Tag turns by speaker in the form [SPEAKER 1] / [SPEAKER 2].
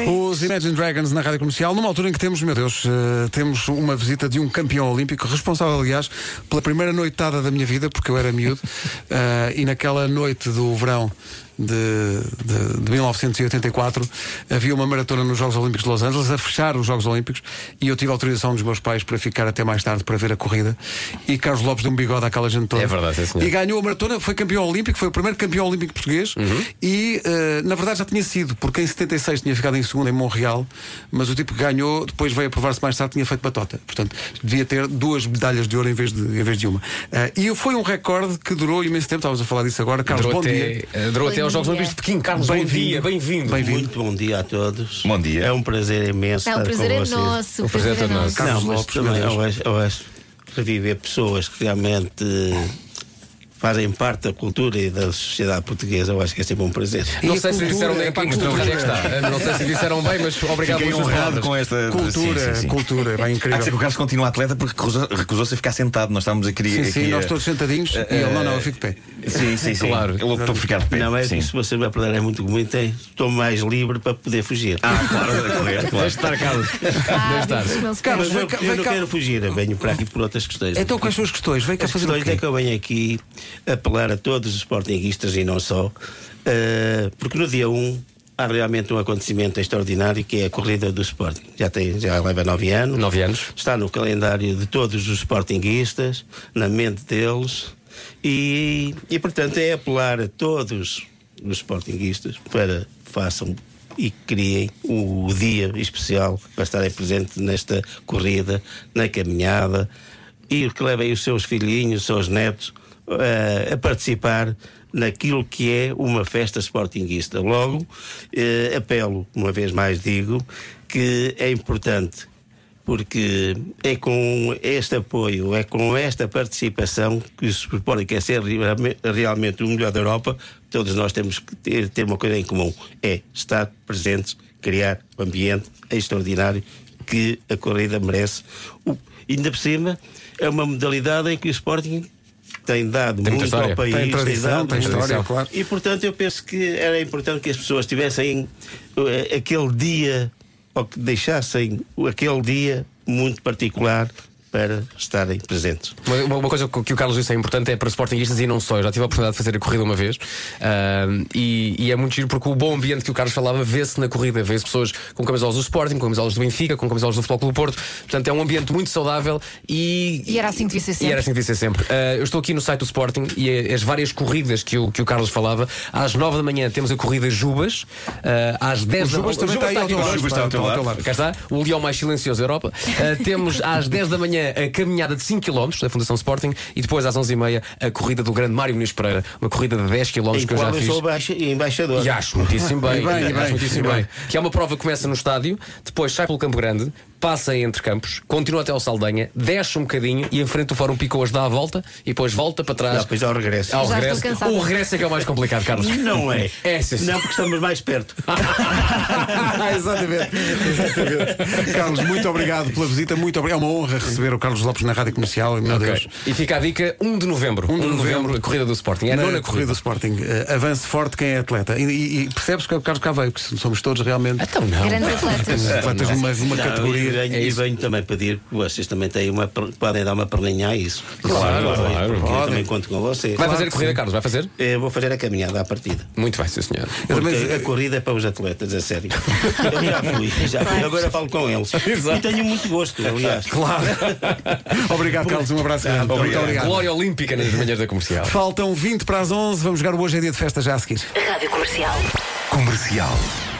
[SPEAKER 1] Os Imagine Dragons na Rádio Comercial, numa altura em que temos, meu Deus, eh, temos uma visita de um campeão olímpico, responsável, aliás, pela primeira noitada da minha vida, porque eu era miúdo, eh, e naquela noite do verão de, de- de 1984 havia uma maratona nos Jogos Olímpicos de Los Angeles, a fechar os Jogos Olímpicos, e eu tive autorização dos meus pais para ficar até mais tarde para ver a corrida, e Carlos Lopes deu um bigode àquela gente toda.
[SPEAKER 2] É verdade, sim, senhor.
[SPEAKER 1] E ganhou a maratona, foi campeão olímpico, foi o primeiro campeão olímpico português e, eh, na verdade, já tinha sido, porque em 76 tinha ficado em segundo em Montreal, mas o tipo que ganhou, depois veio a provar-se mais tarde, tinha feito batota. Portanto, devia ter duas medalhas de ouro em vez de, em vez de uma. Eh, e foi um recorde que durou imenso tempo, estávamos a falar disso agora. Carlos,
[SPEAKER 2] Durou
[SPEAKER 1] bom
[SPEAKER 2] até,
[SPEAKER 1] dia.
[SPEAKER 2] eh, durou
[SPEAKER 3] Bom
[SPEAKER 2] até aos Jogos
[SPEAKER 3] dia.
[SPEAKER 2] Olímpicos de Pequim. Carlos, bom dia, bem-vindo.
[SPEAKER 1] Bem-vindo.
[SPEAKER 4] Muito bom dia a todos.
[SPEAKER 5] Bom dia.
[SPEAKER 4] É um prazer imenso.
[SPEAKER 3] Não, o
[SPEAKER 4] estar
[SPEAKER 3] prazer
[SPEAKER 4] com
[SPEAKER 3] é
[SPEAKER 4] vocês.
[SPEAKER 3] nosso.
[SPEAKER 2] O
[SPEAKER 3] O
[SPEAKER 2] prazer
[SPEAKER 3] prazer,
[SPEAKER 2] é todo nosso.
[SPEAKER 3] é nosso.
[SPEAKER 4] Não,
[SPEAKER 1] Carlos
[SPEAKER 4] mas
[SPEAKER 1] Lopes,
[SPEAKER 4] também
[SPEAKER 1] meu Deus.
[SPEAKER 4] eu acho, eu acho reviver pessoas que realmente eh, fazem parte da cultura e da sociedade portuguesa, eu acho que é sempre um prazer.
[SPEAKER 2] Não
[SPEAKER 1] E a
[SPEAKER 2] sei se
[SPEAKER 1] cultura,
[SPEAKER 2] disseram bem
[SPEAKER 1] é pá,
[SPEAKER 2] aqui, mas na
[SPEAKER 1] cultura.
[SPEAKER 2] verdade é que está. Eh, Não sei se disseram bem, mas obrigado
[SPEAKER 5] Fiquei
[SPEAKER 2] pelas suas
[SPEAKER 5] honrado
[SPEAKER 2] palavras.
[SPEAKER 5] com esta
[SPEAKER 1] Cultura,
[SPEAKER 5] Sim, sim, sim.
[SPEAKER 1] cultura, bem
[SPEAKER 5] Há que
[SPEAKER 1] incrível.
[SPEAKER 5] dizer que o Carlos continua atleta porque recusou- recusou-se a ficar sentado. Nós estávamos a querer.
[SPEAKER 1] Sim, sim, nós todos sentadinhos, e ele, não, não, eu fico de pé.
[SPEAKER 5] Sim, sim, sim.
[SPEAKER 2] Claro.
[SPEAKER 5] Eu optou por ficar de pé.
[SPEAKER 4] Não é
[SPEAKER 5] sim.
[SPEAKER 4] que se você me apertar é muito bonito, é, estou mais livre para poder fugir.
[SPEAKER 5] Ah, claro, a correr, claro.
[SPEAKER 2] Deixe de estar, Carlos. Deixe de
[SPEAKER 3] Ah,
[SPEAKER 2] estar.
[SPEAKER 3] meus
[SPEAKER 1] Carlos,
[SPEAKER 4] Mas
[SPEAKER 1] vem
[SPEAKER 4] eu,
[SPEAKER 1] cá-
[SPEAKER 4] eu
[SPEAKER 1] vem
[SPEAKER 4] não
[SPEAKER 1] cá.
[SPEAKER 4] quero fugir, eu venho para aqui por outras questões.
[SPEAKER 1] Então, quais são as questões? Vem cá
[SPEAKER 4] As
[SPEAKER 1] fazer o
[SPEAKER 4] questões
[SPEAKER 1] quê?
[SPEAKER 4] é que eu venho aqui apelar a todos os sportinguistas e não só, eh, porque no dia 1 há realmente um acontecimento extraordinário que é a corrida do Sporting. Já, tem, já leva nove anos.
[SPEAKER 2] Nove anos.
[SPEAKER 4] Está no calendário de todos os sportinguistas, na mente deles, e, e portanto é apelar a todos os sportinguistas para façam e criem o, o dia especial para estarem presentes nesta corrida, na caminhada, e que levem os seus filhinhos, os seus netos eh, a participar naquilo que é uma festa sportinguista. Logo, eh, apelo, uma vez mais digo, que é importante porque é com este apoio, é com esta participação que o Super Sporting quer ser realme- realmente o melhor da Europa. Todos nós temos que ter, ter uma coisa em comum: é estar presentes, criar um ambiente extraordinário que a corrida merece. O- ainda por cima, é uma modalidade em que o Sporting tem dado
[SPEAKER 2] Tem muita
[SPEAKER 4] muito
[SPEAKER 2] história.
[SPEAKER 4] ao país,
[SPEAKER 1] Tem tradição,
[SPEAKER 4] dado
[SPEAKER 1] tem
[SPEAKER 4] muito-
[SPEAKER 1] história, claro.
[SPEAKER 4] e portanto eu penso que era importante que as pessoas tivessem eh, aquele dia ou que deixassem o- aquele dia muito particular para estarem presentes.
[SPEAKER 2] Uma- Uma, uma coisa que que o Carlos disse é importante é para sportinguistas e não só. Eu já tive a oportunidade de fazer a corrida uma vez ahm, e, e é muito giro porque o bom ambiente que o Carlos falava vê-se na corrida. Vê-se pessoas com camisolas do Sporting, com camisolas do Benfica, com camisolas do Futebol Clube do Porto. Portanto, é um ambiente muito saudável e.
[SPEAKER 3] E era assim que devia ser
[SPEAKER 2] e
[SPEAKER 3] sempre.
[SPEAKER 2] era assim que devia ser sempre. Ah, eu estou aqui no site do Sporting e é- as várias corridas que o, que o Carlos falava. Às 9 da manhã temos a corrida Jubas. ah, às 10
[SPEAKER 1] Os
[SPEAKER 2] da
[SPEAKER 1] Jubas também está aí ao
[SPEAKER 2] aqui
[SPEAKER 1] teu lado.
[SPEAKER 5] Jubas está ao teu
[SPEAKER 1] está
[SPEAKER 5] lado.
[SPEAKER 2] Cá está, o leão mais silencioso da Europa. Uh, temos às 10 da manhã a caminhada de 5 km da Fundação Sporting e depois às 11h30 a corrida do grande Mário Nunes Pereira. Uma corrida de 10 km
[SPEAKER 4] Em
[SPEAKER 2] que eu já
[SPEAKER 4] qual eu
[SPEAKER 2] fiz.
[SPEAKER 4] sou baixa- embaixador.
[SPEAKER 2] E acho muitíssimo bem,
[SPEAKER 1] E bem, e
[SPEAKER 2] acho
[SPEAKER 1] bem,
[SPEAKER 2] muitíssimo
[SPEAKER 1] e
[SPEAKER 2] bem.
[SPEAKER 1] bem.
[SPEAKER 2] Que é uma prova que começa no estádio, depois sai pelo Campo Grande, passa entre campos, continua até ao Saldanha, desce um bocadinho e enfrenta o Fórum Picoas, dá a volta e depois volta para trás.
[SPEAKER 4] Não, depois dá o regresso.
[SPEAKER 2] Ao
[SPEAKER 3] Já estou
[SPEAKER 2] regresso.
[SPEAKER 3] cansada.
[SPEAKER 2] O regresso é que é o mais complicado, Carlos.
[SPEAKER 4] Não é.
[SPEAKER 2] É, sim, sim.
[SPEAKER 4] Não, porque estamos mais perto.
[SPEAKER 1] Ah, exatamente, exatamente. Carlos, muito obrigado pela visita. Muito obrigado. É uma honra receber o Carlos Lopes na Rádio Comercial. é Meu
[SPEAKER 2] Ok.
[SPEAKER 1] Deus.
[SPEAKER 2] E fica a dica 1 de novembro. 1 de novembro, a corrida do Sporting. É a
[SPEAKER 1] na
[SPEAKER 2] nona
[SPEAKER 1] corrida,
[SPEAKER 2] corrida.
[SPEAKER 1] do Sporting. Eh, avance forte quem é atleta. E, e- e percebes que é o Carlos Caveiro, que somos todos realmente
[SPEAKER 2] Então não.
[SPEAKER 3] Grandes atletas.
[SPEAKER 1] atletas de uma, de uma
[SPEAKER 4] Não,
[SPEAKER 1] categoria.
[SPEAKER 4] E venho,
[SPEAKER 2] É
[SPEAKER 4] e
[SPEAKER 2] isso.
[SPEAKER 4] venho também pedir que vocês também têm uma, per- podem dar uma perninha a isso.
[SPEAKER 2] Claro,
[SPEAKER 4] Podem,
[SPEAKER 2] claro,
[SPEAKER 4] porque
[SPEAKER 1] podem.
[SPEAKER 4] Eu também conto com vocês.
[SPEAKER 2] Vai fazer a corrida, Carlos? Vai fazer?
[SPEAKER 4] Eh, vou fazer a caminhada à partida.
[SPEAKER 2] Muito bem, sim, senhor.
[SPEAKER 1] Eu
[SPEAKER 4] Porque
[SPEAKER 1] também-
[SPEAKER 4] a corrida é para os atletas, é sério. Eu já fui, já fui. Agora falo com eles.
[SPEAKER 2] Exato.
[SPEAKER 4] E tenho muito gosto, aliás.
[SPEAKER 1] Claro. obrigado, Carlos. Um abraço grande. Muito obrigado.
[SPEAKER 2] Glória Olímpica nas manhãs da comercial.
[SPEAKER 1] Faltam 20 para as 11. Vamos jogar o Hoje é Dia de Festa já a seguir.
[SPEAKER 6] Rádio Comercial.
[SPEAKER 5] Comercial.